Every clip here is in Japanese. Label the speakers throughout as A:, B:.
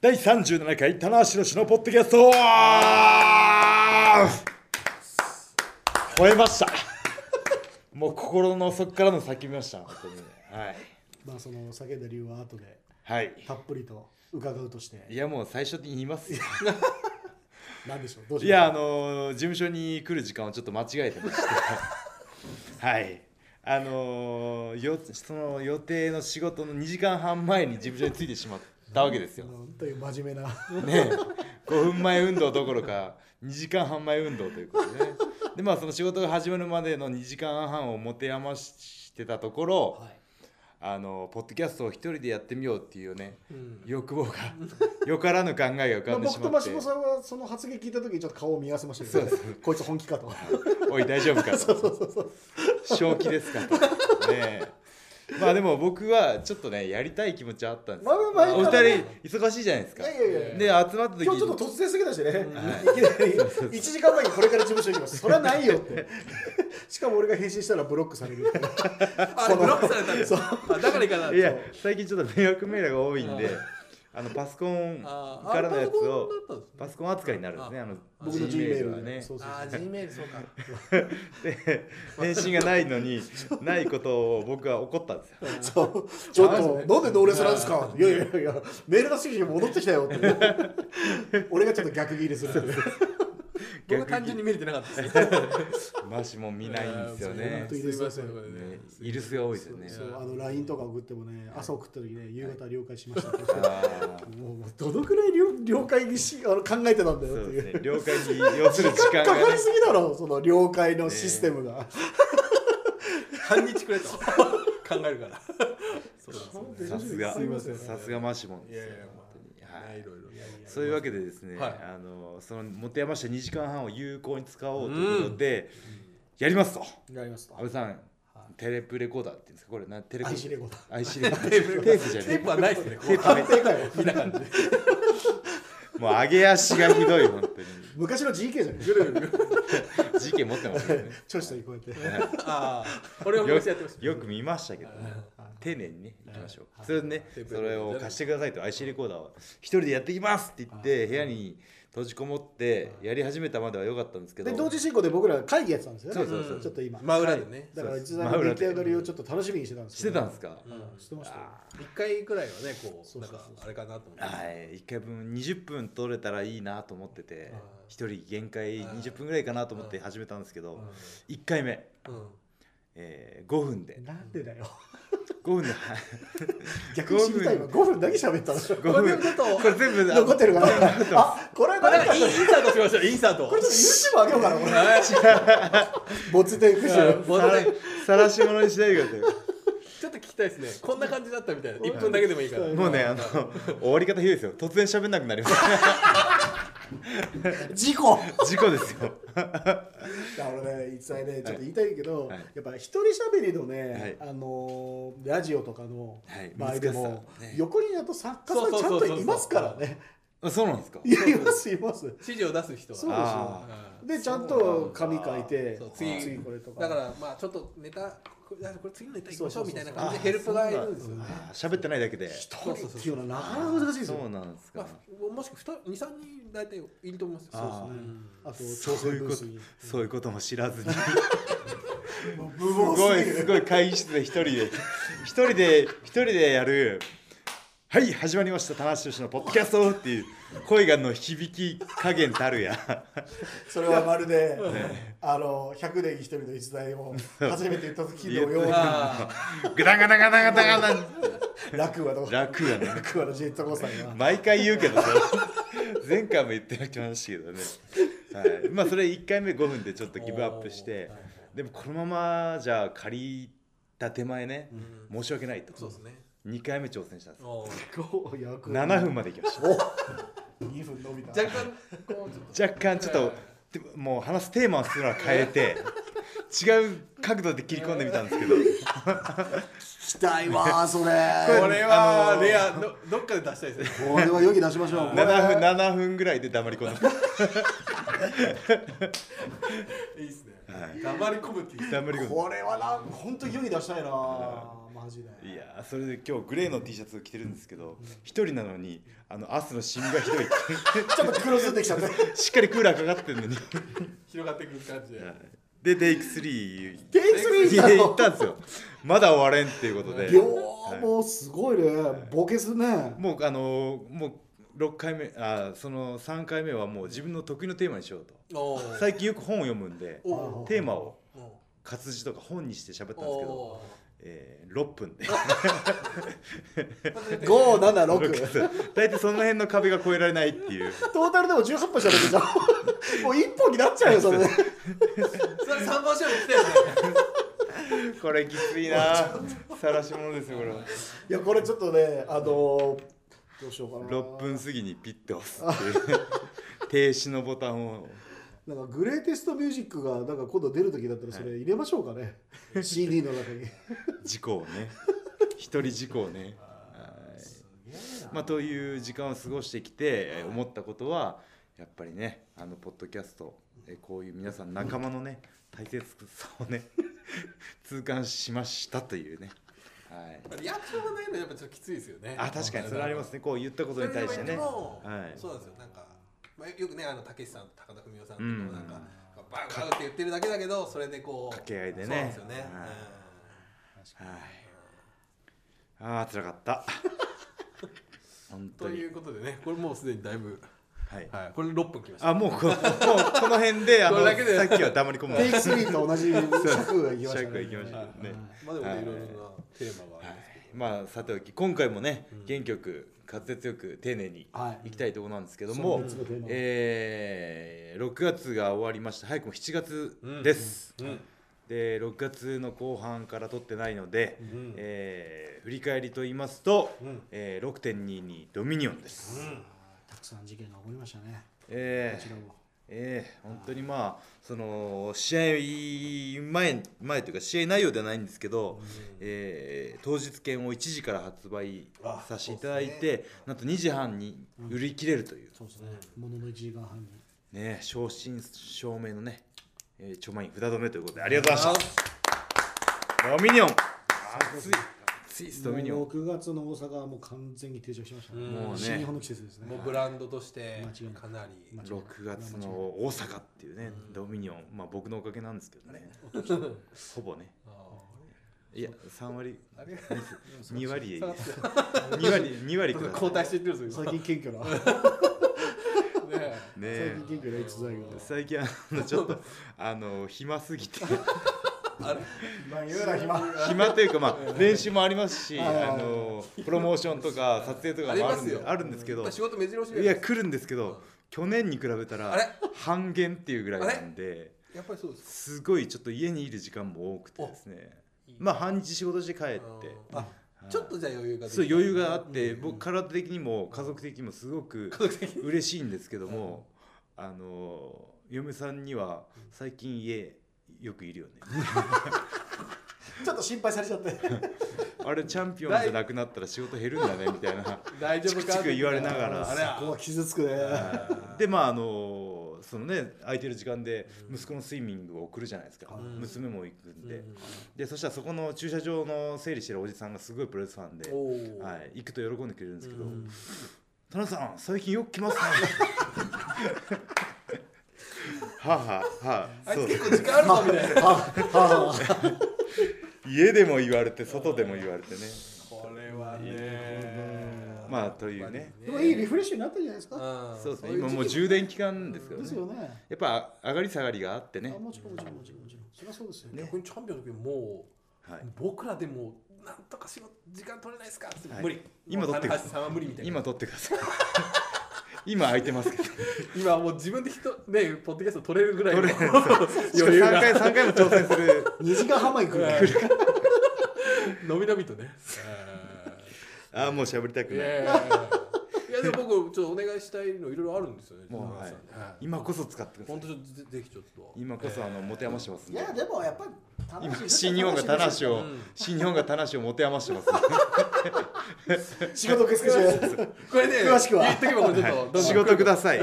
A: 第37回棚橋宏のポッドキャスト吠えましたもう心の底からの叫びました本当にはい
B: まあその叫んだ理由は後で
A: はい
B: たっぷりと伺うとして
A: いやもう最初に言いますよ
B: なんでしょうどうし
A: い
B: よう
A: やあのー事務所に来る時間をちょっと間違えてましてはいあのーよその予定の仕事の2時間半前に事務所に着いてしまったわけですよ
B: うんという真面目な
A: ねえ、5分前運動どころか2時間半前運動ということでねでまあその仕事が始まるまでの2時間半を持て余してたところ、
B: はい
A: あのポッドキャストを一人でやってみようっていうね
B: うん
A: 欲望が よからぬ考えが浮
B: ま
A: か
B: あ、
A: んでし
B: 僕
A: ま
B: とマ
A: って
B: シモさんはその発言聞いた時にちょっと顔を見合わせましたけど、
A: そう
B: こいつ本気かと
A: 「おい大丈夫 か」と「正気ですか」と。ねえまあでも僕はちょっとねやりたい気持ちはあったんですよ
B: まあまあ
A: お二人忙しいじゃないです
B: い
A: か
B: やいやいや
A: で集まった時
B: 今日ちょっと突然すぎたしね、い、きなり1時間前にこれから事務所行きますそれはないよってしかも俺が返信したらブロックされる
C: あれブロックされたんですあだからいかない
A: いや最近ちょっと迷惑メールが多いんであのパソコン
C: あー
A: からのやつを
C: あれパソコンだっ
A: パソコン扱
C: たんですね
A: いになるんですねあの
B: 僕の
A: G
B: G
A: メー
B: メー
A: ル
B: ル
A: はね
B: そうそう
C: あ
B: そう
C: ー G メールそうか
A: で返信がないのにないことを僕は怒ったんですよ
B: そうちょっとなんでノーレスなんですかいやいやいやメール出す時に戻ってきたよって俺がちょっと逆ギレするっていう
C: 僕は単純に見れてなかったですね
A: マシも見ないんですよ
B: いやー
A: ね
B: 本当に
C: すいません
B: そう
A: ねイルスが多いですよね
B: そうあの LINE とか送ってもね朝送った時ね夕方了解しましたって
A: あー
B: もうどのくらい了了解にしあの考えてたんだよ
A: そ
B: って
A: う
B: い
A: で
B: う
A: すね了解に要する時間
B: か
A: が
B: か
A: ね
B: りすぎだ ろその了解のシステムが、
C: 半日くれと考えるからそうですよ
A: さ
C: ね
A: すが
B: すいません
A: さすがマシも
C: い
A: で
C: や
A: す
C: い
A: よ
C: やまあ
A: は
C: ね
A: い
C: いろいろ
A: そういうわけでですね、
C: はい
A: あのその持て余した2時間半を有効に使おうということで、やりますと
B: やりますと
A: 安倍さんテレプレコーダーっていうんですかこれなテレコ
B: IC レコーダー
A: アイシレコーダー
C: テープ
A: テープじゃ
C: テープはないですねこ
A: テープはない
B: 正解よ
C: う見な感じ
A: ねもう上げ足がひどい本当
B: 昔の GK じゃない
C: ぐるぐるぐる
A: に事件持ってますよね
B: ちょいちょいこうやって
C: ああ俺は昔やってました
A: よく見ましたけどね丁寧にねいきましょう、それでね
C: テープ
A: それを貸してくださいと IC レコーダーを一人でやってきますって言って部屋に閉じこもってやり始めたまでは良かったんですけど
B: で同時進行で僕ら会議やってたんですよね
A: そうそうそう
B: ちょっと今
C: 真裏でね
B: だから
A: そう
B: 一段の出来上がりをちょっと楽しみにしてたんで
A: し
B: すけ
A: て
B: ど
A: たんですか、
B: うんしてましたよ
C: 一回くらいはねこう
B: そう
C: なん
B: そうそう
C: かあれかなと思って
A: はい、1回分20分取れたらいいなと思ってて
C: あー
A: 1人限界
C: あー
A: 20分ぐらいかなと思って始めたんですけど
C: う
A: 1回目、
C: んうん
A: えー、5分 で
B: なんでだよ
A: 5分で
B: 逆に知りたいわ5分だけ喋ったの
A: 5
C: これ
A: 分
C: でもちょっと
A: これ全部あの
B: 残ってるからあこれ
C: こ
B: な
C: れ
B: ん
C: は
B: か
C: インインサートしましょうインサート
B: これちょっと YouTube あげようかな俺没テイク集
C: うんボード
A: さ
C: で
A: ら晒し物にしないでくださ
C: ちょっと聞きたい ですねこんな感じだったみたいな1分だけでもいいから
A: いもうねあの終わり方ひどいですよ突然喋んなくなります
B: 事故
A: 事故ですよ
B: だから俺ね、いつね、ちょっと言いたいけど、
A: はい
B: やっぱ一人喋りのね、
A: は
B: あのーラジオとかの
A: はい
B: 場合で
A: 難
B: も
A: し、さね
B: 横にだと作家さん
C: そう
B: ちゃ
C: そ
B: ん
C: うそ
B: と
C: うそう
B: いますからね。
A: あそうなんですか
B: いやいます、います。
C: 指示を出す人
B: そう
C: は
B: です
A: あ
B: よ。
C: うん
B: で、ちゃんと紙書いて
C: そう、次
B: 次これとか。
C: だからまあちょっとネタこれこれ次のネタいきましょうみたいな
B: そう
C: 感
B: そう
C: じ
B: そう
C: でヘルプがいるんですよね
A: あー喋ってないだけで
B: 一人っていうのはなかなか難しいですよ
A: そう。なんです
C: ま
A: か
C: あもしくは23人大体いると思いますよ
A: あー
B: あと、
A: そ
B: 調
A: う
B: 整
A: いうこ
B: ブー
A: と
B: スに。
A: そういうことも知らずに
B: 無
A: すごいすごい会議室で一人で一人で一人でやる「はい始まりました田中氏のポッドキャスト」っていう声がの響き加減たるや
B: それはまる で、あの、100年に一人の逸材を初めて言った時のような、
C: ああ
A: グダガダガダガダガ
B: 楽はの、
A: ダ楽やね
B: 楽はのジェットコースターが。
A: 毎回言うけどさ前回も言ってきましたけどね、はい、まあそれ1回目5分でちょっとギブアップして
C: おーはい
A: でもこのままじゃあ借りた手前ね申し訳ないと
C: そうですね
A: 2回目挑戦したんです
C: おー
B: こう役割
A: 7分までいきました
B: 2分伸びた
C: 若干こうちょっと
A: 若干ちょっとでもう話すテーマをするのは変え て違う角度で切り込んでみたんですけど
B: きたいわーそれ
C: これは
A: あのー
C: レアどどっかで出したいですね
B: これは余儀出しましょう
A: 7分7分ぐらいで黙り込んで
C: いいですね黙り込むっていう
A: 黙り込んで
B: これはなん本当余儀出したいなまマジで
A: いやーそれで今日グレーの T シャツ着てるんですけど一、人なのにあの明日のシミがひどい
B: ちょっと黒ずんできちゃった
A: しっかりクーラーかかってんのに
C: 広がってくる感じで
A: でテイク3
B: テイクスリーだ
A: で行
B: よ
A: ったんですよまだ終われんっていうことで
B: 両もすごいねボケすね
A: もうあのーもう6回目あーその3回目はもう自分の得意のテーマにしようと
C: おー
A: 最近よく本を読むんで
C: おー
A: テーマを
C: お
A: 活字とか本にして喋ったんですけど、
C: お
A: えー、6分で
C: ー
B: 五七六
A: 大体その辺の壁が越えられないっていう
B: トータルでも十八本しゃべっ てたもう一本になっちゃうよそれで
C: それ三本勝負来たよね
A: これきついな晒し者ですよこれはい
B: やこれちょっとねあのーどうしようかな
A: 6分過ぎにピッて押すっていう停止のボタンを
B: なんかグレイテストミュージックがなんか今度出る時だったらそれ入れましょうか ね、CD の中に
A: 事故を ね一人事故をねはいまあという時間を過ごしてきてえー思ったことはやっぱりねあのポッドキャストえーこういう皆さん仲間のね大切さを ね痛感しましたというねはい
C: リアクションがないのやっぱちょっときついですよね
A: あ確かにそれありますねこう言ったこ
C: そ
A: と
C: れ
A: に
C: でも
A: 対してね
C: でも
A: はい
C: そうなんですよなんかまあよくねあのたけしさん高田文夫さんとか
A: うん
C: なんかバウバウって言ってるだけだけどそれでこう
A: 掛け合いでね
C: そうなんですよね
A: はいはいあー辛かった 本
C: うんと
A: 当に
C: いうことでねこれもうすでにだいぶ
A: はい
C: はいこれ六分きました
A: あもうこもうこの辺であの
C: これだけで
A: さっきは黙り込む
B: テイク3と同じ尺がいきました
A: 尺が
B: ね
A: いきましたけどね
C: まあでも
A: は
C: ね
A: い
C: いろいろなテーマがあるんですけ
A: まあさておき今回もね原曲滑舌よく丁寧に
B: はい
A: いきたいところなんですけど
B: そ
A: も
B: う別のテーマ
A: えー6月が終わりまして早くも7月です
C: うんうん
A: で6月の後半から撮ってないので
C: ん
A: えー振り返りと言いますと
C: うん
A: えー6.22ドミニオンです
C: どうん
B: たくさん事件が起こりましたね
A: え
B: こ
A: ー
B: ちらも
A: ええ本当にまあその試合前前というか試合内容ではないんですけど、ええ当日券を1時から発売
C: あ
A: させていただい
C: そう
A: て、なんと2時半に売り切れるという、
B: そうですねものの1時間半に
A: ね正真正銘のね、えー、ちょまいん札止めということでありがとうございましたドミニオン熱い熱いですドミニオ
B: もう
A: ン
B: 6月の大阪はもう完全に定着しましたね
C: うん
A: もうね
B: 新日本の季節ですね
C: もうブランドとして
B: 間違いない
C: かなり
B: 間違いない
A: 6月の大阪っていうねドミニオンまあ僕のおかげなんですけど ねほぼね
C: あ
A: いや3割
C: ーあれ
A: 2割
C: 下がってた
A: 2割2割ください
C: 交代していってるんですよ
B: 最近謙虚な
C: 今ね
A: ね
B: 最
A: え
B: 近謙虚な逸材が
A: 最近あのちょっと あの暇すぎて
C: あれ
B: まあ言うな暇
A: 暇というかまあ練習もありますし
B: はいはい
A: あのプロモーションとか撮影とかもあるん
C: あります
A: で
C: よ
A: あるんですけ
C: やっ
A: ど
C: ぱ仕事目白押し
A: いや来るんですけど去年に比べた
C: あ
A: ら
C: れ
A: 半減っていうぐらいなんで
C: やっぱりそうですか
A: すごいちょっと家にいる時間も多くてですねまあ半日仕事して帰って
C: あーあちょっとじゃあ余裕が出て
A: そ
C: きた
A: う余裕があって 僕体的にも家族的にもすごく
C: 家族的に
A: 嬉しいんですけどもあの嫁さんには最近家よくいるよね
B: ちょっと心配されちゃって
A: あれチャンピオンじゃなくなったら仕事減るんだねみたいな
C: 大丈夫
A: チクチ
C: か
A: ク言われながら
C: あれ
B: そこは傷つくね
A: でまああのそのね空いてる時間で息子のスイミングを送るじゃないですか、
C: うん
A: 娘も行くんで、
C: うん
A: でそしたらそこの駐車場の整理してるおじさんがすごいプロレスファンで、
C: おー
A: はい、行くと喜んでくれるんですけど
C: うん
A: 「田中さん最近よく来ますね」はあはあはあ
C: あい
A: そ
C: つ
A: う
C: 結構時間あるぞみたいな
B: はあ
A: 家でも言われて外でも言われてね
C: これはね
A: まあというね
B: でもいいリフレッシュになったんじゃないですか
C: あ
A: そうですね
B: そういう時期
A: 今もう充電期間ですけど
B: です
A: ね
B: よね
A: やっぱ上がり下がりがあって
B: あ
A: ね
B: もちろんもちろんもちろんもちろんそりゃそうですよね
C: 逆にチャンピオンの時も
A: はいう
C: 僕らでもなんとか仕事時間取れないですかって
A: はい
C: 無理
A: 今取ってく
C: も
A: ださ
C: う
A: い
C: 高橋さんは無理みたいな
A: 今撮ってください 今空いてますけど
C: 今もう自分で人ねポッドキャスト取れるぐらいの
A: 取れる
C: 余裕
A: 3
C: が
A: 回3回も挑戦する
B: 2時間半前に来る
C: 来るのびのびと ね
A: ああもう喋りたく
C: い
A: ない
C: やいやいや いやでも僕ちょっとお願いしたいのいろいろあるんですよね
A: もう
C: 田中さんはい
A: 今こそ使ってください
C: 本当ちょっとぜぜひちょっと
A: 今こそあの持て余してますん
B: い
A: で
B: やでもやっぱ棚
A: 今
B: 橋
A: 新日本が田
B: を
A: 無を新日本が田無を持て余してます
B: 仕事受け付けして
C: これね
B: 詳しくは
C: 言っとけばこれちょっとどんど ん
A: 仕事ください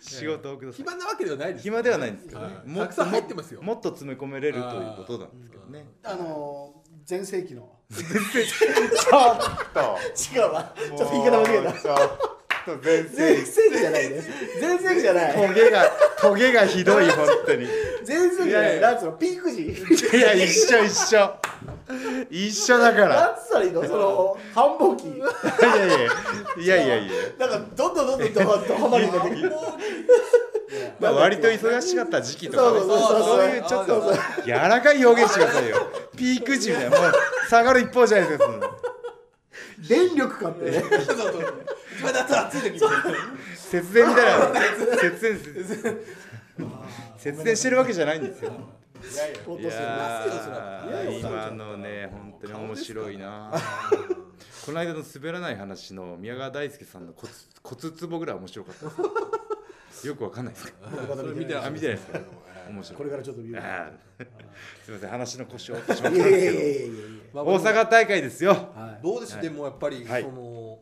A: 仕事をください
C: 暇なわけではないです
A: 暇ではないんですけどね
C: はい
A: も
C: た
A: っ
C: くさ
A: と
C: ん
A: も
C: 入
A: っ
C: ってますよ
A: ともっと詰め込めれるということなんですけどね
B: あの全盛期の
A: ちょっと
B: 違うわちょっと言い方間違え
A: も
B: た
A: うちょっと全 盛
B: 全
A: 期
B: 盛期じゃないね全盛期じゃない
A: トゲがトゲがひどい本当に
B: 全盛期じゃない
A: や
B: い
A: いや
B: なんつうのピーク時
A: いや一緒一緒一緒だか
B: な
A: ら
B: んつったらいいのその繁忙期
A: いやいやいやいやいやいや
B: なんかどんどんどんどんどハどハマりになってくる
A: まあ割と忙しかった時期とかね
B: そうそうそう
A: そういうちょっ
C: そうそう
A: と柔らかい表現してくださいよピーク時みたいなもう下がる一方じゃないですかそんな
B: 電力かってね
C: そうそうそう一番夏暑い時に
A: 節電みたいな節電節電してるわけじゃないんですよ
C: いやいや
B: 落
A: い
B: とすよ
A: や
B: ね
C: い
A: ー
C: やいや
A: 今のね本当に面白いなこの間の滑らない話の宮川大輔さんのコツコツツボぐらい面白かったですよくわかんないですけど
C: それ見てなか
A: あ
C: った
A: 見てないですか面白い
B: これからちょっと見よう
A: あー すみません話の腰を折ってしまっ
B: い
A: た
B: や
A: ん
B: いや
A: で
B: いや
A: すけど
B: いやいや
C: まあ
A: 大阪大会ですよ
B: はい
C: どうです
A: はい
C: でもやっぱりそ
A: はい
C: の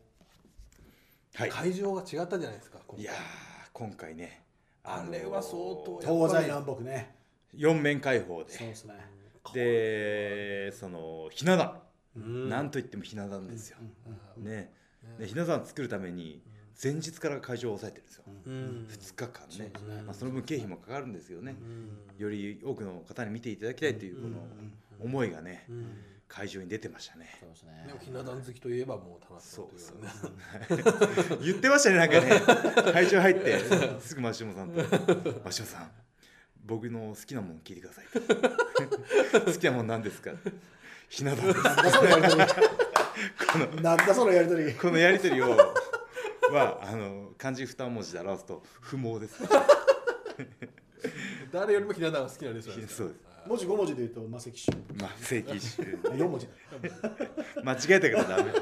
A: はい
C: 会場が違ったんじゃないですか今
A: い
C: 回
A: やー今回ね
C: あれは相当やっぱり
B: 東西南北ね
A: 四面開放
B: そうですね
A: ででそのひな壇、
C: うん
A: なんといってもひな壇ですよ、
C: う
A: ねでひな壇作るために前日から会場を抑えてるんですよ、
C: うん
A: 2日間ね
B: そうですね
A: まあ、その分経費もかかるんですよね
C: う、ん
A: より多くの方に見ていただきたいというこの思いがね、
C: うん
A: 会場に出てましたね、
B: そうです
C: で
B: ね
C: もひな壇好きといえばもう田中さんとい
A: そうう
C: ね
A: 言ってましたねなんかね会場入ってすぐ真下さんと「真下さん僕の好きなもの聞いてください」 好きなもの何ですか?」ひな壇です」この
B: なんだそのやりとり
A: このやり取りをはあの漢字二文字で表すと「不毛」です、
C: 誰よりもひな壇が好きなんですよ ね
A: そうです
B: 文字五文字で言うと魔石師
A: まあ正規一周
B: 四文字
A: 間違えたからダメ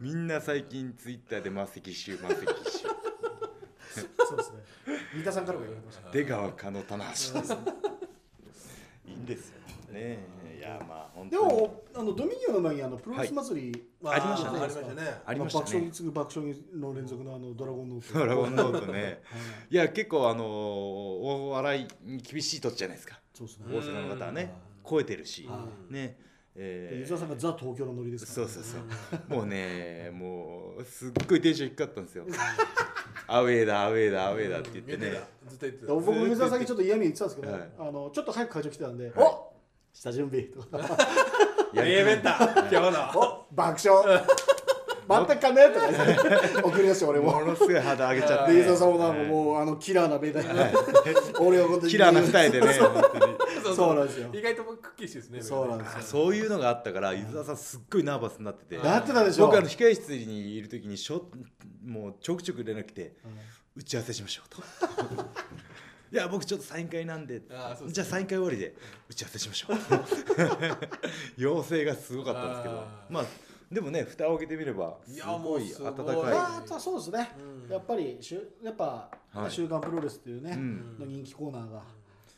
A: みんな最近ツイッターで「魔石一周魔石一周」
B: そうですね三田さんからも言われました
A: 出川可能棚橋です。いいんですよ。ねえ、いや、まあ、本
B: で
A: 当に。
B: もあのドミニオンの前にあのプロレス祭り、
C: ま
A: ありましたね
C: ありましたね
A: ありました
B: 爆笑
A: ね
B: に。次ぐ爆笑の連続のあのドラゴンノート
A: ドラゴンノートね。 いや、結構、あのー、お笑いに厳しい土地じゃないですか。
B: そうです
A: 大
B: ね、
A: 阪の方はね、超えてるし。ね。
B: で
A: え
B: 湯
A: ー
B: 沢さんがザ東京のノリですか
A: そ
B: ら、
A: うそうそう。もうね、もう、すっごいテンション低かったんですよ。アウェーだ、アウェーだ、アウェーだって言ってね。
C: ずっと言っ
B: で
C: て
B: 僕も湯沢さんにちょっと嫌味言ってたんですけど、
A: はい
B: あのちょっと早く会場来てたんで、
A: い
B: お下準備とか
C: た
A: やり
C: メインイベンター今日の
B: お 爆 笑待ってっかねとか言って送り出して俺も
A: ものすごい肌上げちゃっ
B: で
A: て。
B: 湯沢さんもなんかもう、あのキラーな目で、俺を本当に
A: キラーな二重でね、本当に。
B: そうなんですよ
C: 意外とくっきりしてるんですね
B: そうなんです
A: あ そういうのがあったから湯沢さんすっごいナーバスになってて
B: なってたでしょ
A: 僕あの控え室にいる時にしょもうちょくちょく連絡来て、打ち合わせしましょうと いや僕ちょっとサイン会なんで
C: あーそうですね
A: じゃあサイン会終わりで打ち合わせしましょう 要請がすごかったんですけど
C: あー
A: まあでもね蓋を開けてみれば
C: い
A: す
C: やも
A: ご
C: う
A: い
C: すご
A: 温
C: い
A: か
B: まあ、あとはそうですね、やっぱりしゅやっぱ、
A: はい
B: 週刊プロレスっていうね、
A: ん
B: の人気コーナーがや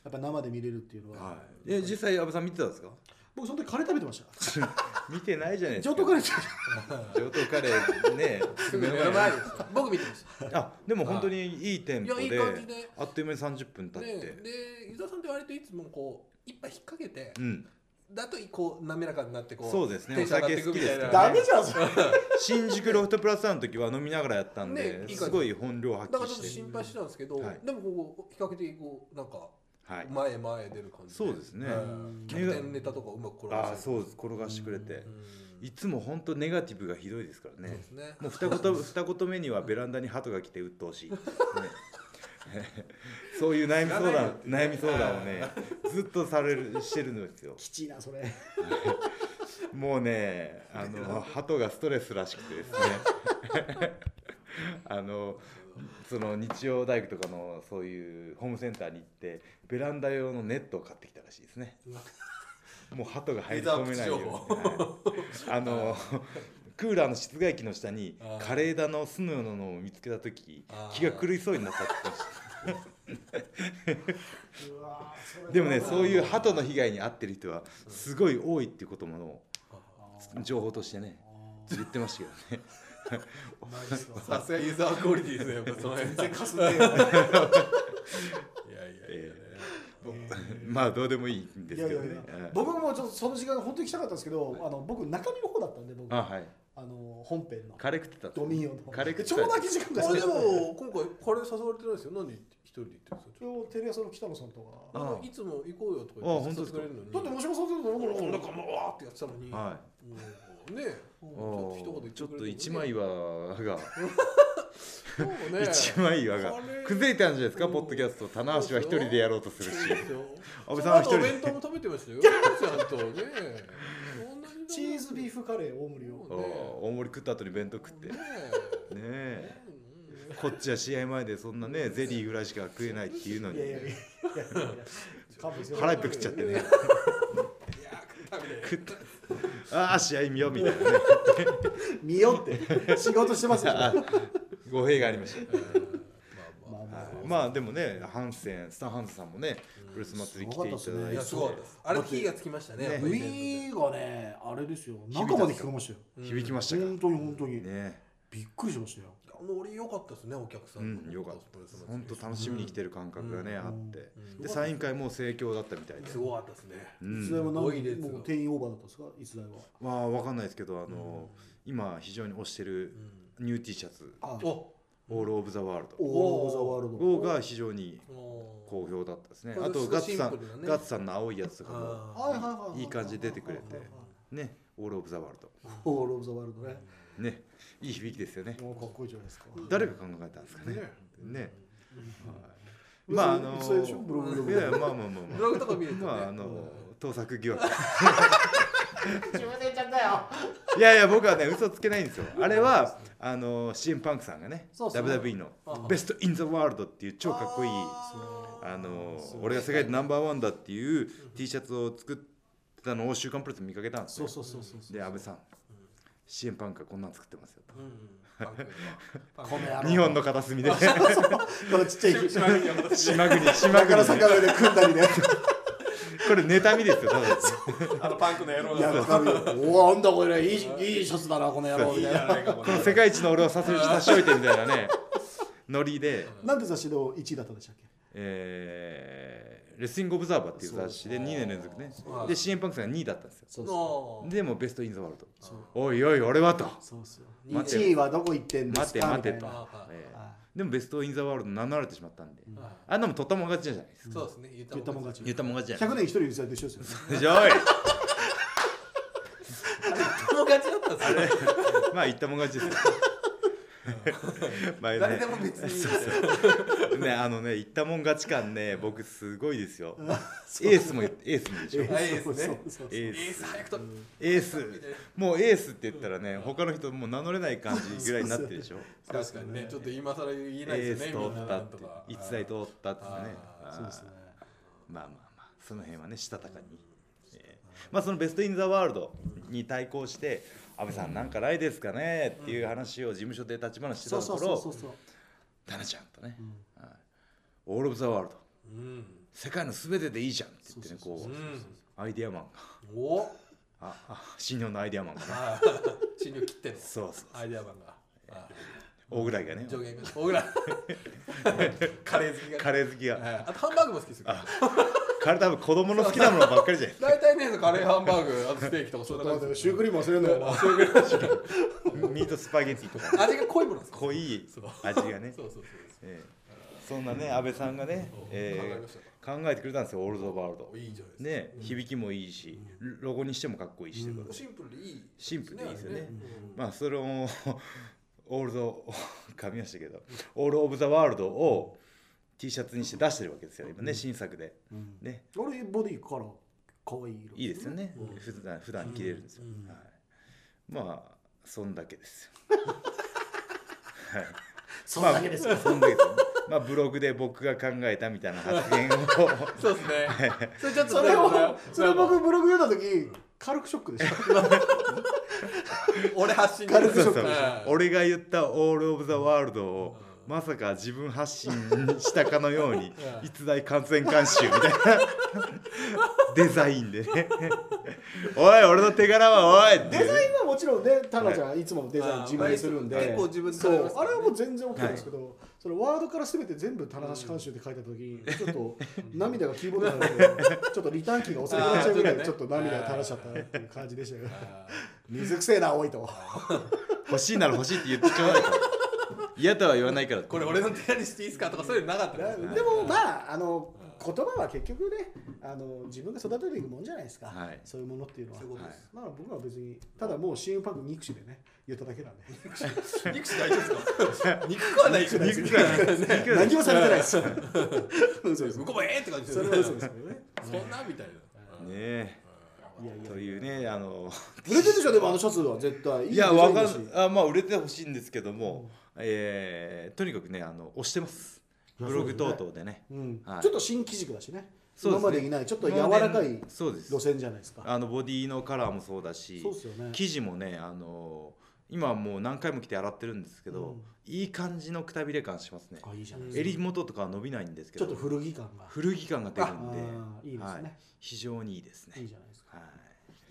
B: っぱ生で見れるっていうの
A: い、
B: は、
A: はい、え実際安倍さん見てたんですか
B: 僕その時カレー食べてました
A: 見てないじゃないです
B: 上
A: か
B: 等カレー食べて
A: 上等カレーね
C: すぐ目の前です僕見てました
A: あでも本当にいいテンポ
C: いやい
A: で
C: い感じで
A: あっという間に30分経
C: で
A: って、
C: で湯沢さんって割といつもこう一杯引っ掛けて、
A: うん、
C: だとこう滑らかになってこう
A: そうですね
C: テンション上がっていくみたい
A: お酒好きです
C: な
A: から
B: ダメじゃんそれ
A: 新宿ロフトプラスさんの時は飲みながらやったんで、
C: ねいい感じ
A: すごい本領
C: だ
A: 発
C: から
A: 揮
C: ちょっと
A: して、
C: 心配してたんですけど、
A: はい
C: でもこう比較的こうなんか
A: はい、
C: 前へ前へ出る感じ
A: そうですね
C: うんキャプテンネタとかうまく転が
A: あ
C: し
A: あ
C: て
A: そうです転がしてくれて、いつも本当ネガティブがひどいですから
C: そう
A: ね
C: ですね
A: もう二言二言目にはベランダに鳩が来て鬱陶 しい、ね そういう悩み相
C: 知らない
A: 談
C: よって
A: 悩み相談をねずっとされるしてるんですよ
B: きちいなそれ
A: もうね、あ の鳩がストレスらしくてですね。 あのその日曜大工とかのそういうホームセンターに行ってベランダ用のネットを買ってきたらしいです ね
C: うわ
A: もう鳩が入り込めないように、
C: レザ
A: はいあのクーラーの室外機の下に
C: あー
A: 枯れ枝の巣のようなのを見つけた時
C: あー
A: 気が狂いそうになったって言ってました
B: うわーそ れ
A: でもねそういう鳩の被害に遭ってる人はすごい多いっていうこともの情報としてね言ってましたけどね
B: マジっすか
C: さすがユ ーザークオリティですねやっぱその辺いやいやいや、
A: えまあどうでもいいんで
B: いや
A: す
B: い
A: け
B: や
A: ど
B: い
A: ね
B: や
A: うん
B: 僕もちょっとその時間本当に行きたかったんですけど、あの僕中身の方だったんで僕
A: あ
B: あ
A: はい
B: の本編の
A: 枯れ食ってた
B: ドミニオンの
A: カレー食
B: ち
A: って
B: ょう
A: た
B: ど空き時間
C: あ
B: だし
C: れでも今回カレー誘われてないですよなんで一人で行ってるんですか
B: 今日テレ朝の北野さんとか
A: あ
C: なんかいつも行こうよとか言っ
A: あ
C: て誘ってくれるのに
B: だって
C: も
B: もしもそうすると
C: う
B: なん
C: な
B: か
C: んかもうわーってやってたのに、
A: は
C: もうね
A: い
C: もうちょっと一言
A: お
C: 言ってくれ
A: ーちょっと
C: てもね
A: 一枚岩が
C: そうね
A: 一枚岩が
C: カレー
A: 崩れたんじゃないですか
C: うん
A: ポッドキャスト棚橋は一人でやろうとするし
C: そうですよ
A: 安倍さんは一人
C: その後
A: で
C: お弁当も食べてましたよちゃんと ね
B: チーズビーフカレー大盛りを
A: おー大盛り食った後に弁当食ってね
C: ね
A: えこっちは試合前でそんなねゼリーぐらいしか食えないっていうの
B: い
A: に
B: やいやいやいや勘弁してくださ
A: 腹
B: い
A: いっぱい食っちゃってね
C: いや食べて
A: ああ試合見ようみたいなね
B: 見よって仕事してますよ
A: あ語弊がありました
C: まあまあ
B: まあま
A: まあでもねハンセンスタンハンセンさんもねプロレス祭り来ていただい
B: あ
C: い
A: て
C: やすごいあれ火がつきましたね
A: ね
C: やっぱ
B: ウ
C: り
B: ィ
C: イベン
B: ー
C: トで
B: がねあれですよ中まで聞こえましたよ
A: 響きましたか
B: 本当に本当に、
A: ね
B: びっくりしましたよ
C: あの俺良かったですねお客さ
A: うんんよかったです本当楽
C: し
A: しみに来てる感覚がねあって
C: うん
A: でサイン会も盛況だったみたいです
C: ごかったですね
A: うん
B: 逸材は何
C: 多い列が
B: もう定員オーバーだったんですか逸材は
A: まあわかんないですけどあの今非常に推してるニュー T シャツ
B: あ
C: お
A: オールオブザワールド
B: オールザワールド
A: をが非常に
C: こ
A: 好評だったですね
C: これ
A: あとガッツさ
C: シン
A: ん
C: プルなね
A: ガッツさんの青いやつとかも
C: あ
B: はいはいはい
A: いい感じで出てくれて
B: はいはいはい
A: ねオールオブザワール
B: オール・オブ・ザ・ワールドね。
A: ドねいい響きですよね
B: もうかっこいいじゃないですか。
A: 誰が考えたんですかね
C: ね
A: ねはいまああの
B: 嘘でしょブログでも
A: いやいやまあまあまあまあ
C: ブログとか見るとね
A: まああの盗作疑惑
B: 自分で言っちゃったよ。
A: いやいや僕はね嘘つけないんですよあれはあの CM パンクさんがね
B: そうそう
A: WWE の「ベスト・イン・ザ・ワールド」っていう超かっこいいあの俺が世界でナンバーワンだっていう T シャツを作ったのを「週刊プロレス」で見かけたんです
B: そ
A: よ
B: うそうそうそう。
A: で安倍さん CM パンクがこんなん作ってますよと
B: この野郎
A: 日本の片隅で
B: このちっちゃい。
A: 島国島
B: だから
A: 国
B: 坂上で組んだりね。
A: これ妬みですよただの
C: あのパンクの野郎
B: いや、中身。おお、なんだこれ、いい、いいシャツだな、この野郎みたいな。
A: この世界一の俺をさせ差し置いてみたいな ねノリで、
B: なんで雑誌の1位だったんでしたっけ。
A: えーレスリング・オブザーバーっていう雑誌で2年連続ね
C: う
A: で CM パンクさんが2位だったんですよ
B: そうそ
A: でもうベスト・イン・ザ・ワールドおいおい俺はと
B: う。そうそう。
A: 待てよ
B: 1位はどこ行ってんで
A: 待
B: す
A: て
B: か。
A: 待て
B: みた
A: と
B: いな
C: あ、
A: えー
B: は
A: でもベスト・イン・ザ・ワールド名乗られてしまったんであんなもん取ったもん勝ちじゃないですか
C: そうですね言
B: 言ったもん勝
A: 言っ
B: ち。
A: たもん勝ちじゃな
B: 100
A: い
B: 年一人でと一緒ですよ。
A: でしょおい
C: 友達だったんですよ
A: まあ言ったもん勝ちですよまあね
C: 誰でも別にいいですよ
A: ねあのね言ったもん勝ち感ね僕すごいですよエースもエースもでしょ
C: ーいいですね
B: そうそうそう
A: エー
C: エー
A: ス
C: ス早くと
A: エースもうエースって言ったらね他の人もう名乗れない感じぐらいになってるでしょ
C: 確かにねちょっと今更言えない
A: エ
C: で
A: ー
C: す
A: ス
C: よね
A: 通ったって一台通ったっつってね
C: あ
B: そうですね。
A: まあまあまあその辺はねしたたかに、えーまあそのベスト・イン・ザ・ワールドに対抗して「安倍さんなんかないですかね?」っていう話を事務所で立ち話して
B: そ
A: たと
B: うそう
A: こ
B: そうそ
A: ろ
B: うそう。
A: タナちゃんとね「はいオール・オブ・ザ・ワールド
C: うん
A: 世界の全てでいいじゃん」って言ってねこ
C: うん
A: うアイデアマンが
C: お
A: ああ新日本のアイデアマンがね
C: あ診療切っての
A: そうそう
C: アイデアマンがあ
A: 大ぐらいがね
C: 上限が大 ぐらいカレー好きが
A: カレー好きが
C: はいあとハンバーグも好きですよ
A: 彼多分子供の好きなものばっかりじゃない
C: 大体ねカレーハンバーグあとステーキとかそんな感じです
B: シュークリーム忘れるのよ。
A: ミートスパゲティとか
C: 味が濃いものなんですか
A: 濃い
C: そう
A: 味がね
C: そうそうそう
A: ええそんなね安倍さんがね、ええ考えてくれたんですよオールドワールド
C: そういいじゃないですか
A: ね響きもいいしロゴにしてもかっこいいしということで
C: シンプルでいい
A: シンプルでいいですよね
C: うん
A: まあそれを オールド 噛みましたけどオール・オブ・ザ・ワールドを T シャツにして出してるわけですよ今ね新作でね
B: 俺ボディカラー可愛い色。
A: いいですよね普段普段着れるんですよはいまあそんだけですよ
B: そんだけですよ。
A: まあ、そんだけですよまあブログで僕が考えたみたいな発言を
C: そうですねそれちょっと
B: それを、それを
C: なん
B: 僕
C: か
B: ブログ読んだ時、軽くショックでした。
C: 俺発信
B: 軽
A: そう
B: くシ
A: そ
B: ョ
A: う
B: ックでし
A: 俺が言った「オール・オブ・ザ・ワールド」をまさか自分発信したかのように
C: うん
A: 逸材完全監修みたいな デザインでね「おい俺の手柄はおい!」って
B: デザインはもちろんね、タナちゃんいつもデザイン自分でするんで、
C: あー毎日結構自分で
B: そう
C: 考えますか
B: あ
C: ら
B: れ
C: ね
B: はもう全然 OK ですけど、そそのワードから全て全部棚橋監修って書いた時に、ちょっと涙がキーボードになるでちょっとリターンキーが遅くなっちゃうぐらいちょっと涙が垂らしちゃったなっていう感じでしたけど
C: あ
B: 水臭いな多いと
A: 欲しいなら欲しいって言ってちょうだいと嫌とは言わないから
C: ーこれ俺の手にしていいですかとかそういうのなかったですね
B: でもまああの言葉は結局ねあの自分が育てていくもんじゃないですか、
A: はい
B: そういうものっていうのは
C: そういうことです
B: まあ僕らは別にただもう CM パンク憎しでね言っただけなんで
C: 肉し大丈夫ですか肉食わないですよね
A: 肉食わない
C: 肉食わない
B: 何もされてないです 嘘
C: そう
B: で
C: です
B: す
C: 向こうもええって感じです
B: そ
C: よ
B: れは
C: ね
B: 嘘ですけどね
C: そんなみたい
A: ねえ
B: いやいや
A: というねあの
B: 売れてるでしょでもあのシャツは絶対いい
A: いや
B: デザイ
A: わ
B: ン
A: か
B: だ
A: ん
B: し
A: あまあ売れてほしいんですけども、えーとにかくねあの押してますブログ等々でね
B: うん
A: はい
B: ちょっと新基軸だしね
A: そうで
B: 今
A: すね
B: までにないちょっと柔らかい
A: そうです
B: 路線じゃないですか
A: あのボディのカラーもそうだし
B: そうですよね
A: 生地もねあの今もう何回も着て洗ってるんですけど、いい感じのくたびれ感しますね
B: あいいじゃないですか
A: 襟元とかは伸びないんですけ
B: ちょ
A: ど
B: っと古着感が
A: 古着感が出るんで
B: あーいいですね
A: はい、非常にいいです
B: いい
A: ね
B: じゃないですか
A: は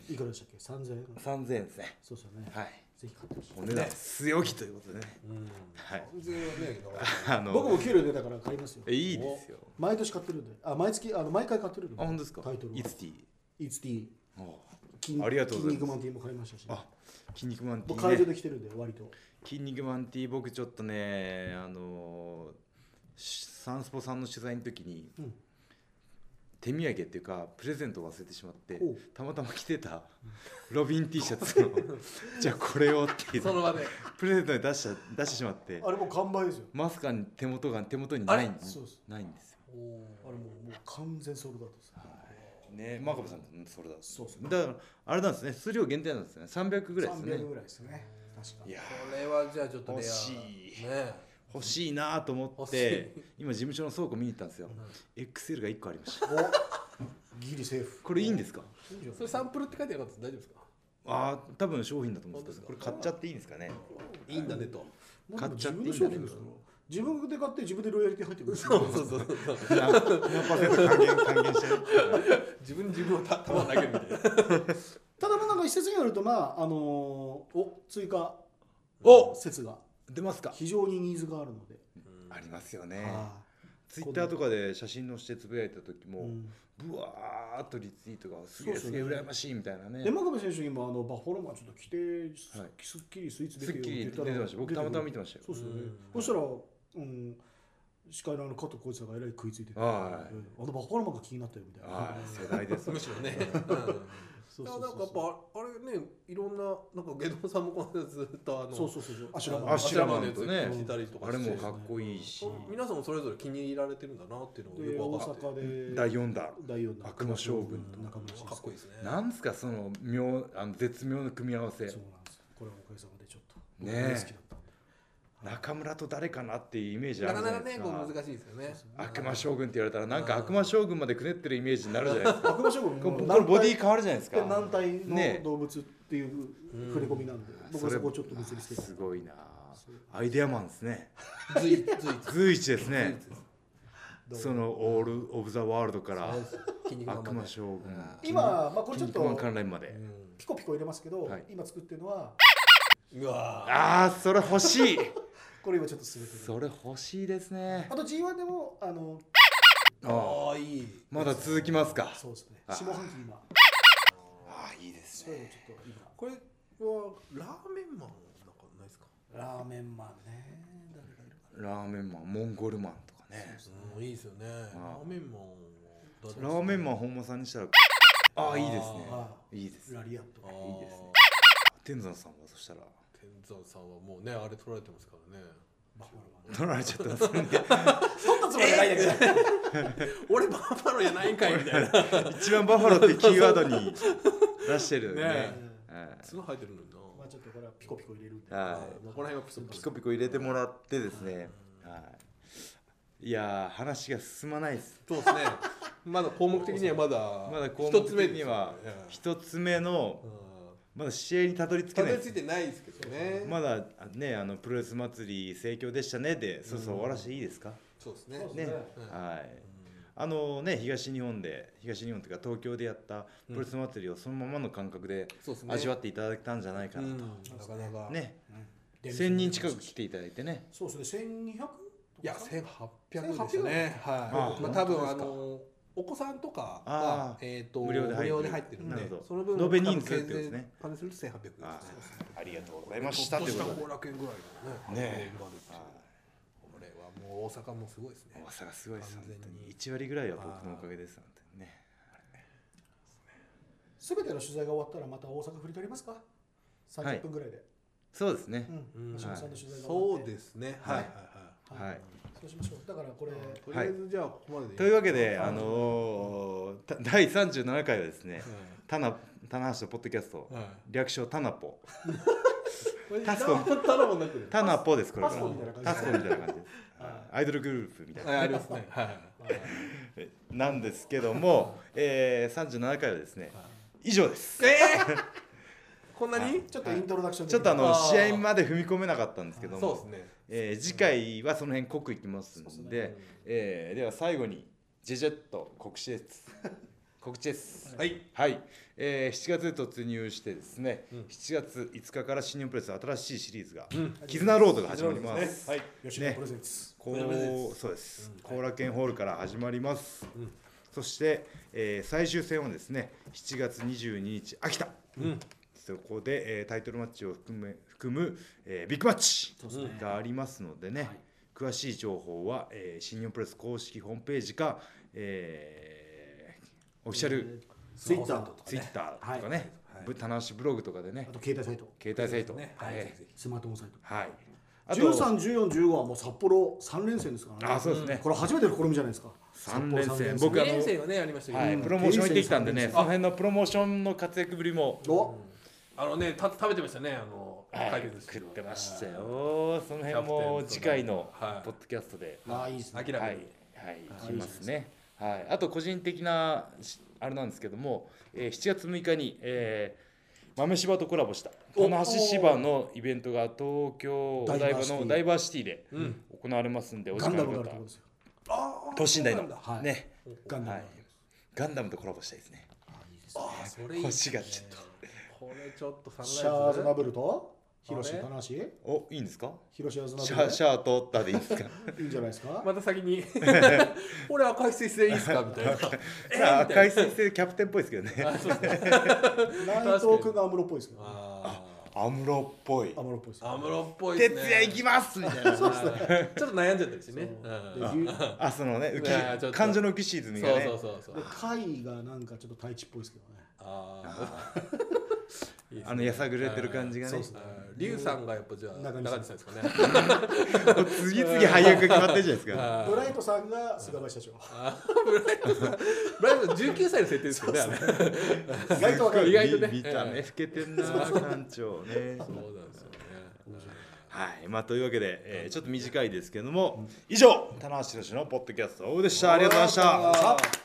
A: い
B: いくらでしたっけ3000円
A: 3000円ですね
B: そうですよね
A: はい
B: ぜひ買ってほしい
A: お値段強気ということでね
B: うん
A: はい
C: な全然ね
A: あの
B: 僕も給料出たから買いますよ
A: えいいですよ
B: 毎年買ってるんであ毎月あの毎回買ってるんで
A: あ本当ですか
B: タイトルは
A: イツティ
B: It's the
A: お
B: 筋
A: ありがとうございます
B: 筋肉マンティーも買いましたし
A: あ筋肉マンテ
B: 僕
A: ィ
B: 会場
A: ー、ね、
B: で来てるんで割と
A: 筋肉マンティー僕ちょっとねあのーしサンスポさんの取材の時に、
B: うん
A: 手土産っていうかプレゼントを忘れてしまって
B: おう
A: たまたま着てたロビン T シャツの じゃあこれをって言って
C: その場で
A: プレゼントに出した出してしまって
B: あれもう完売ですよ
A: まさかに手元が手元にないん
B: あれそうです
A: ないんですよ
B: あれもうもう完全ソールドアウトです
A: ね真壁さんもそれだ
B: そうですね
A: だからあれなんですね数量限定なんですね300ぐらいですね
B: 300ぐらいですね確か
A: いやー
C: これはじゃあちょっとレア
A: 欲しい
C: ね
A: 欲しいなと思っ
C: 欲
A: て今事務所の倉庫見に行ったんですよ、XL が1個ありました
B: おギリセーフ
A: これいいんですか
B: いいんじゃない
C: それサンプルって書いてなかったら大丈夫ですか
A: ああ多分商品だと思うんですけどこ
C: 本
A: れ
C: 当
A: 買っちゃっていいんですかね
C: いいんだねと
B: もう
A: 買っちゃっていいん
B: 自
A: だ
B: 分
A: ね
B: で商品ですから自分で買って自分でロイヤリティ入ってくる
C: そうそうそうそう
A: 何パーセント還元還元してる
C: 自分に自分をた玉投げるみたいな
B: ただまあなんか一説によるとまああのーお追加
A: お
B: 説が
A: 出ますか
B: 非常にニーズがあるので、
A: ありますよね
B: は
A: ツイッターとかで写真のしてつぶやいた時
B: い
A: も、
B: うん
A: ブワーっとリツイートがすげえ
B: そうそ
A: す
B: う
A: げえ羨ましいみたいなね
B: で真壁選手今あのバッファローマンちょっと着てす,、
A: はい
B: すっきりスイーツ出
A: す
B: て
A: っ
B: る
A: きり
B: よ
A: 出てました僕たまたま見てましたよ
B: そうですよね
C: う
B: そ
C: ん
B: したら、うん、司会のあの加藤浩次さんがえらい食いついてて、
A: はい
B: うんあのバッファローマンが気になったよみたいな
A: はい世代です
C: むしろねうん
B: そ
C: いやなんかやっぱあれねいろんななんかゲドンさんもこの間ずっとあの
B: そうそうそうそうあしら
A: あシラマン
C: のやつ
A: とね
C: 着てたりとか
A: あれ
C: して
A: もかっこいいし
C: そう皆さんもそれぞれ気に入られてるんだなっていうのが
B: で
C: よく
B: 大
C: 分かって
B: 阪で
A: 第4弾
B: 第4弾
A: 悪魔将軍
B: と中村慎
C: かっこいい
B: い
C: ですね
A: なんですかその妙あの絶妙な組み合わせ
B: そうなんですよこれはおかげさまでちょっと僕
A: ねえ
B: 大好きだったんで
A: 中村と誰かなっていうイメージあ
C: な
A: る
C: か
A: じゃ
C: な
A: ないで
C: か
A: す
C: ねこう
A: か
C: 難しいですよね
A: 悪魔将軍って言われたらなんか悪魔将軍までくねってるイメージになるじゃないですか
B: 悪魔将軍
A: こ
B: も
A: れ
B: う
A: これボディ
B: 軟
A: 変わるじゃないです
B: 体
A: か
B: で軟体
A: ね
B: の動物っていう触れ込みなんで、僕はそこをちょっと結びつけて
A: すごいなアイデアマンですね
C: 随一随一
A: 随一です ね
B: どう
A: そのオール・オブ・ザ・ワールドから
C: 筋肉マンま
A: 悪
C: で
A: 魔将軍
B: 今、まあ、これちょ
A: 筋
B: っ
A: 肉マン
B: と
A: 関連まで
B: ピコピコ入れますけど、
A: はい
B: 今作ってるのは
C: うんうわー
A: ああそれ欲し い
B: これ今ちょっと進めてる
A: それ欲しいですね
B: あと G1 でもあの
A: ああ
C: あーいい
A: まだ続きますか
B: そうですね
A: あ
B: 下半期今
A: ああいいです
B: そういうのちょっと今
C: これはラーメンマンなんかないですか
B: ラーメンマンね誰がいるか
A: ラーメンマンモンゴルマンとかね
C: うんいいですよねラーメンマンは誰ですか
A: ラーメンマン本間さんにしたらああいいですね
B: あ
A: いいですね
B: ラリアット
C: あ
A: い
C: ー
A: いですね天山さんはそしたら
C: 天山さんはもうねあれ取られてますからね
B: バッファローマン
A: 取られちゃったんですね
B: そんなつもりはないんだけど
C: 俺バーバローやないんかいみたいな
A: 一番バファローってキーワードに出してるよね
C: ね
A: はい
C: 角生えてるのにな
B: まあちょっとこれはピコピコ入れるんで
A: はい
C: ねまあこの辺はピソピ
A: ピ
C: ソ
A: コピコ入れてもらってですねはいいやー話が進まないです
C: そうですねまだ項目的にはまだ
A: まだ項目
C: 一つ
A: 的
C: 目です
A: に
C: よ
A: は
C: ね
A: 一つ目のまだ試合にたどり着け
C: た
A: な
C: ど
A: い
C: り
A: で
C: 着
A: す
C: いてないですけどね
A: まだねあのプロレス祭り盛況でしたねでそろそろ終わらせていいですか
C: そうですね
B: そうです
A: ね
B: ね
A: はいあのね東日本で東日本というか東京でやったプロレス祭りをそのままの感覚で
C: そうですね
A: 味わっていただけたんじゃないか
C: う
A: なん
C: なかなか
A: とね
B: うん
A: 1000人近く来ていただいてね
B: そうですね1200
C: いや
B: 千
C: 1800ですねは
A: あ
C: いまあ多分
B: 本
C: あ
B: 当ですか
C: のお子さんとか
A: あ
C: は
A: ー
C: えーと
A: 無料で入ってる
C: 入ってるん
A: な
C: で
A: るほど
C: その分
A: 延べ人数ってことですね
C: 多分減税加味すると1800円ですね
A: あありがとうございましたと
C: と
A: いうことで
C: 後楽園ぐらいのね
A: ねえ
C: あれがあるっていうこれはもう大阪もすごいですね
A: 大阪すごいです本
C: 完
A: 当
C: 全に
A: に1割ぐらいは僕のおかげですなんてね
B: すべての取材が終わったらまた大阪振り返りますか
A: はい
B: 30分ぐらいで、
A: そうですね
B: うん
C: うん
B: 橋本さんの取材が終わ
C: そ
B: っ
C: う
B: て、
C: ですね
B: は
C: はいいはい
A: はい
B: そうしましょうだからこれ、
C: はいとりあえずじゃあここまで
A: というわけで
C: はい
A: あのーた第37回はですね棚棚橋とポッドキャスト
C: はい
A: 略称タナポ
C: はい
A: タスコ
C: タラボになってる
A: タナポですこれ
B: パスコみたいな感じ
A: タスコみたいな感じです
B: は
A: アイドルグループみたいな
C: はいありますねはいはい
B: まあ
A: なんですけども、えー、37回はですね以上です
C: えーこんな
A: はい
C: に
B: ちょっとイントロダクション
A: ちょっとあの
C: あー
A: 試合まで踏み込めなかったんですけど
C: そうで
A: も
C: す、ね
A: えー次回はその辺濃くいきます
B: そうっす
A: ん
B: ね
A: でえーでは最後にジェジェット告知です 告知です
C: はい
A: はい、えー、7月突入してですね、
C: うん
A: 7月5日から新日本プロレス新しいシリーズが、
C: うん
A: 絆ロードが始まります
C: はい
B: 吉野プレゼンツ、
A: こ
C: お邪魔で
A: う
C: す
A: そうです
C: うん
A: 後楽園ホールから始まります、
C: うん
A: そして、えー最終戦はですね7月22日秋田
C: うん
A: そこで、えータイトルマッチを含め含む、えービッグマッチ
B: そうですね
A: がありますのでね、
B: はい
A: 詳しい情報は、えー新日本プロレス公式ホームページか、えーオフィシャル
B: ツイッター
C: とか
A: ツイッターとかね、
C: はい
A: ぶ棚橋ブログとかでね
B: あ、と携帯サイト
A: 携帯サイト、
C: ねは
A: はいい、
B: スマートフォンサイト
A: はい、あと
B: 13、14、15はもう札幌三連戦ですからね
A: あそうですね
B: これ初めての試みじゃないですか
A: 三連戦
B: 札幌三
A: 僕
C: 僕
A: あ
C: あ
A: の
C: の生はねありましたけど、
A: はい、
B: うん
A: プロモーション行ってきたんでね、
B: うん
A: その辺のプロモーションの活躍ぶりも
B: お
C: あのねた食べてましたねあの回転寿司を
A: 食ってましたよ。その辺も次回の
C: はい
A: ポッドキャストで、
B: ああいいです
C: 明ら
B: ね
C: かに、
A: はい、はい、しますね。はい、あと個人的なしあれなんですけども、えー、7月6日に、えー、豆柴とコラボした
B: お
A: 棚橋芝のイベントが東京お台場のダ
B: ダ
A: イ
B: イ
A: バーシティで
C: うん
A: 行われますんで、お時
B: ガン
A: 間あ
B: ダ
A: る
B: ムがあ
A: 方
B: るところですよ
C: あー
A: 等身大の
C: そうなんだ
B: はい
A: ね、
B: ガンダムがある
A: ガンダムとコラボしたいですね。
C: あーそれいい
A: 欲しがっちゃった
C: これちょっとサン
B: シャーズ
C: ラ
B: ナ
C: イズ
B: ブルと広
C: あ
B: 瀬
C: れ
B: 棚橋
A: お、いいんですか？
B: 広瀬アズナ
A: シ
B: ブ
A: ャ
B: ル
A: ーシャーとったでいいですか？
B: いいんじゃないですか
C: また先 にこれ赤い水星でいいですかみたいなえ
A: さあ
C: みた
A: 赤
C: い
A: い彗星キャプテンっぽいですけどね。
C: なあそうですね
B: 内藤君がアムロっぽいですけどね
C: あ
A: アムロっぽい
B: アムロっぽいです
C: ーアムロっぽいです
A: 徹
C: ね
A: 夜行きますみたいな。
C: そうですねちょっと悩んじゃったりしてねうん
B: で牛で
A: あ、そのね、浮
C: いやちょっ
A: き、
C: と
A: 感情の浮き沈みがね。
C: そうそうそうそう
B: 貝がなんかちょっと太一っぽいですけどね
C: あーいいですね
A: あのやさぐれてる感じがね
B: そう。そう
C: あーリュウさんがやっぱじゃあ
B: 中
C: 中
B: 西
C: 西
B: さ
C: さ
B: ん
C: んですかね
A: もう次々配役が決まってるじゃないですか。
C: あー
B: ブライトさんが菅林社長
C: あーブライトさんブライト19歳の設定ですよねあれ
B: 意外とわか
C: 意
B: る
C: 外とね
A: 見た目老けてんな、館長ね。
C: そうなんですよね
A: はい、まあ、というわけで、えーちょっと短いですけども、以上、棚橋宏のポッドキャストオフでした。ありがとうございました。
C: あー